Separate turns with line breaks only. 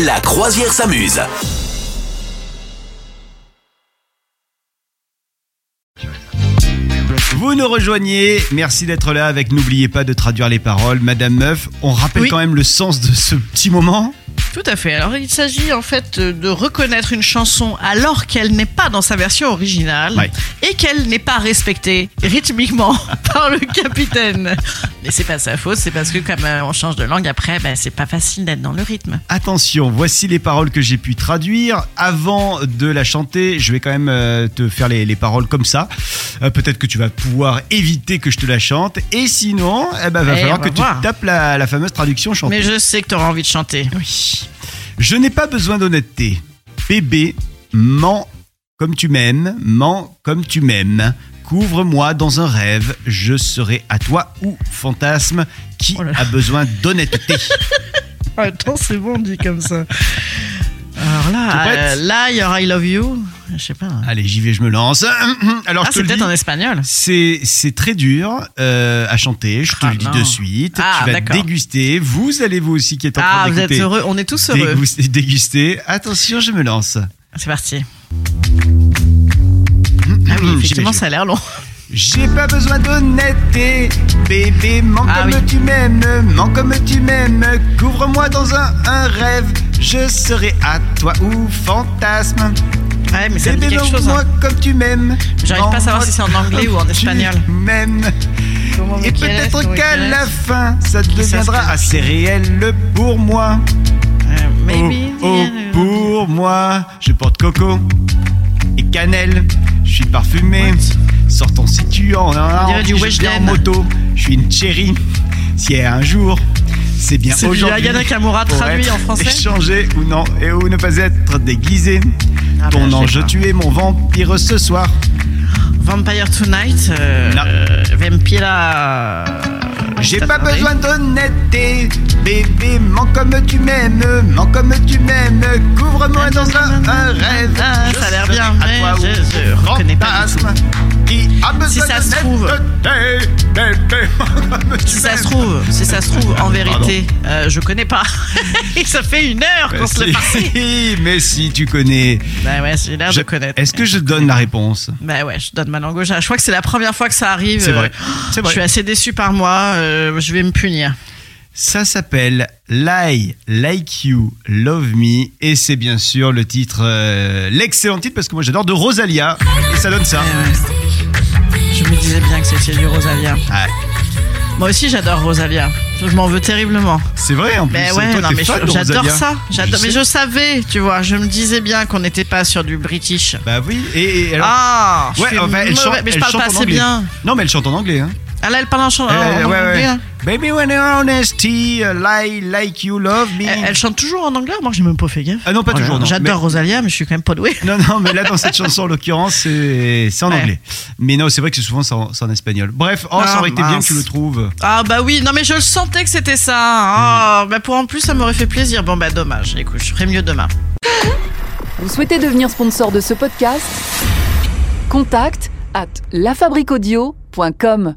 La croisière s'amuse.
Vous nous rejoignez, merci d'être là avec N'oubliez pas de traduire les paroles, Madame Meuf. On rappelle
Oui.
quand même le sens de ce petit moment.
Tout à fait. Alors, il s'agit en fait euh, de reconnaître une chanson alors qu'elle n'est pas dans sa version originale
Ouais.
et qu'elle n'est pas respectée rythmiquement par le capitaine. Mais c'est pas sa faute, c'est parce que comme euh, on change de langue après, ben, c'est pas facile d'être dans le rythme.
Attention, voici les paroles que j'ai pu traduire. Avant de la chanter, je vais quand même euh, te faire les, les paroles comme ça. Euh, Peut-être que tu vas pouvoir éviter que je te la chante. Et sinon, eh ben, va
Eh,
falloir
on
que
va voir.
tu tapes la, la fameuse traduction chantée.
Mais je sais que t'auras envie de chanter.
Oui. Je n'ai pas besoin d'honnêteté. Bébé, mens comme tu m'aimes, mens comme tu m'aimes. Couvre-moi dans un rêve, je serai à toi ou fantasme. Qui
Oh là là.
a besoin d'honnêteté
Attends, c'est bon dit comme ça. Alors là,
T'es
euh,
prête
là, il y aura I love you. Je sais pas.
Allez, j'y vais, je me lance. Alors, je
Ah,
te
c'est
le
peut-être
dis,
en espagnol.
c'est, c'est très dur euh, à chanter, je te
Ah,
le dis
non.
de suite.
Ah,
tu vas
d'accord.
déguster, vous allez vous aussi qui êtes en train
Ah, vous êtes
d'écouter.
heureux, on est tous heureux.
Déguster, déguster. Attention, je me lance.
C'est parti.
Mmh, J'y
Ah oui,
vais,
effectivement,
j'y vais.
ça a l'air long.
J'ai pas besoin d'honnêteté, bébé, mens
Ah
comme
oui.
tu m'aimes, mens comme tu m'aimes, couvre-moi dans un, un rêve, je serai à toi ou fantasme.
Ouais, mais ça me dit
Bébé,
quelque chose.
mens-moi
hein.
comme tu m'aimes.
J'arrive pas à savoir
Mens-moi
si c'est en anglais ou en
comme tu
espagnol.
M'aimes. Et peut-être qu'à la fin, ça deviendra
s'inspire.
assez réel pour moi.
Euh,
Oh,
maybe
oh,
the-
pour moi, je porte coco et cannelle. Je suis parfumé. Sortons si tu en as.
On dirait du
envie, je
Weshden.
viens en moto. Je suis une chérie. Si un jour, c'est bien
C'est du
aujourd'hui.
Ayana Kamura
pour
traduit
être
en français
Échangé ou non et ou ne pas être déguisé.
Ah ben,
Ton
je sais
ange,
pas.
tu es mon vampire ce soir.
Vampire Tonight. euh,
Non.
euh, Vampira. euh,
J'ai
t'as
pas
parlé.
besoin d'honnêteté, bébé, mens comme tu m'aimes, mens comme tu m'aimes, couvre-moi dans un, un rêve.
Ah,
Je
ça a l'air
serai
bien,
à
mais
toi
je-
ou
je
au
reconnais pas du
fantasme Qui a besoin
ça se trouve-
d'honnêteté, bébé, mens comme tu
Si ça se
m'aimes.
trouve, si ça se trouve, en vérité, euh, je connais pas. Et ça fait une heure qu'on se le
Mais
parle.
Euh, si, mais si tu connais.
Bah ouais, j'ai l'air
Je-
de connaître.
Est-ce que je donne la réponse
Bah ouais, je donne ma langue au chat. Je crois que c'est la première fois que ça arrive.
C'est vrai.
Euh,
C'est
Je suis
vrai.
assez déçu par moi. euh, je vais me punir.
Ça s'appelle Lie, Like You, Love Me. Et c'est bien sûr le titre, euh, l'excellent titre, parce que moi j'adore, de Rosalia.
Ah
Et ça donne ça.
Je me disais bien que c'était du Rosalia.
Ah,
Moi aussi, j'adore Rosalia. Je m'en veux terriblement.
C'est vrai, en plus.
Mais Ben ouais,
toi,
non,
t'es
mais
fan
je-
de
j'adore
Rosalia.
ça. J'adore.
Je
Mais
sais.
je savais, tu vois. Je me disais bien qu'on n'était pas sur du British.
Bah oui, et, et alors.
ah, je
ouais,
suis
enfin, elle
mauvais,
chante,
mais je
elle
parle
chante
pas
en
assez
anglais.
bien.
Non, mais elle chante en anglais. Hein.
Ah là, elle parle en chanson. en-
Elle-
en
ouais,
anglais,
ouais.
hein.
Baby, when you're honesty, a lie like you love me.
Elle, elle chante toujours en anglais. Moi, j'ai même pas fait gaffe.
Ah non, pas
Oh là
toujours,
là,
non.
J'adore Rosalia, mais je suis quand même pas doué.
Mais- Non, non, mais là, dans cette chanson, en l'occurrence, c'est c'est en
Ouais.
anglais. Mais non, c'est vrai que c'est souvent c'est en, c'est en espagnol. Bref, oh, ça
Ah,
aurait été bien que
mince.
tu le trouves.
Ah bah oui, non mais je le sentais que c'était ça.
Hmm.
Ah, bah pour en plus ça m'aurait fait plaisir. Bon bah dommage, écoute, je ferai mieux demain.
Vous souhaitez devenir sponsor de ce podcast Contact à lafabriquaudio.com.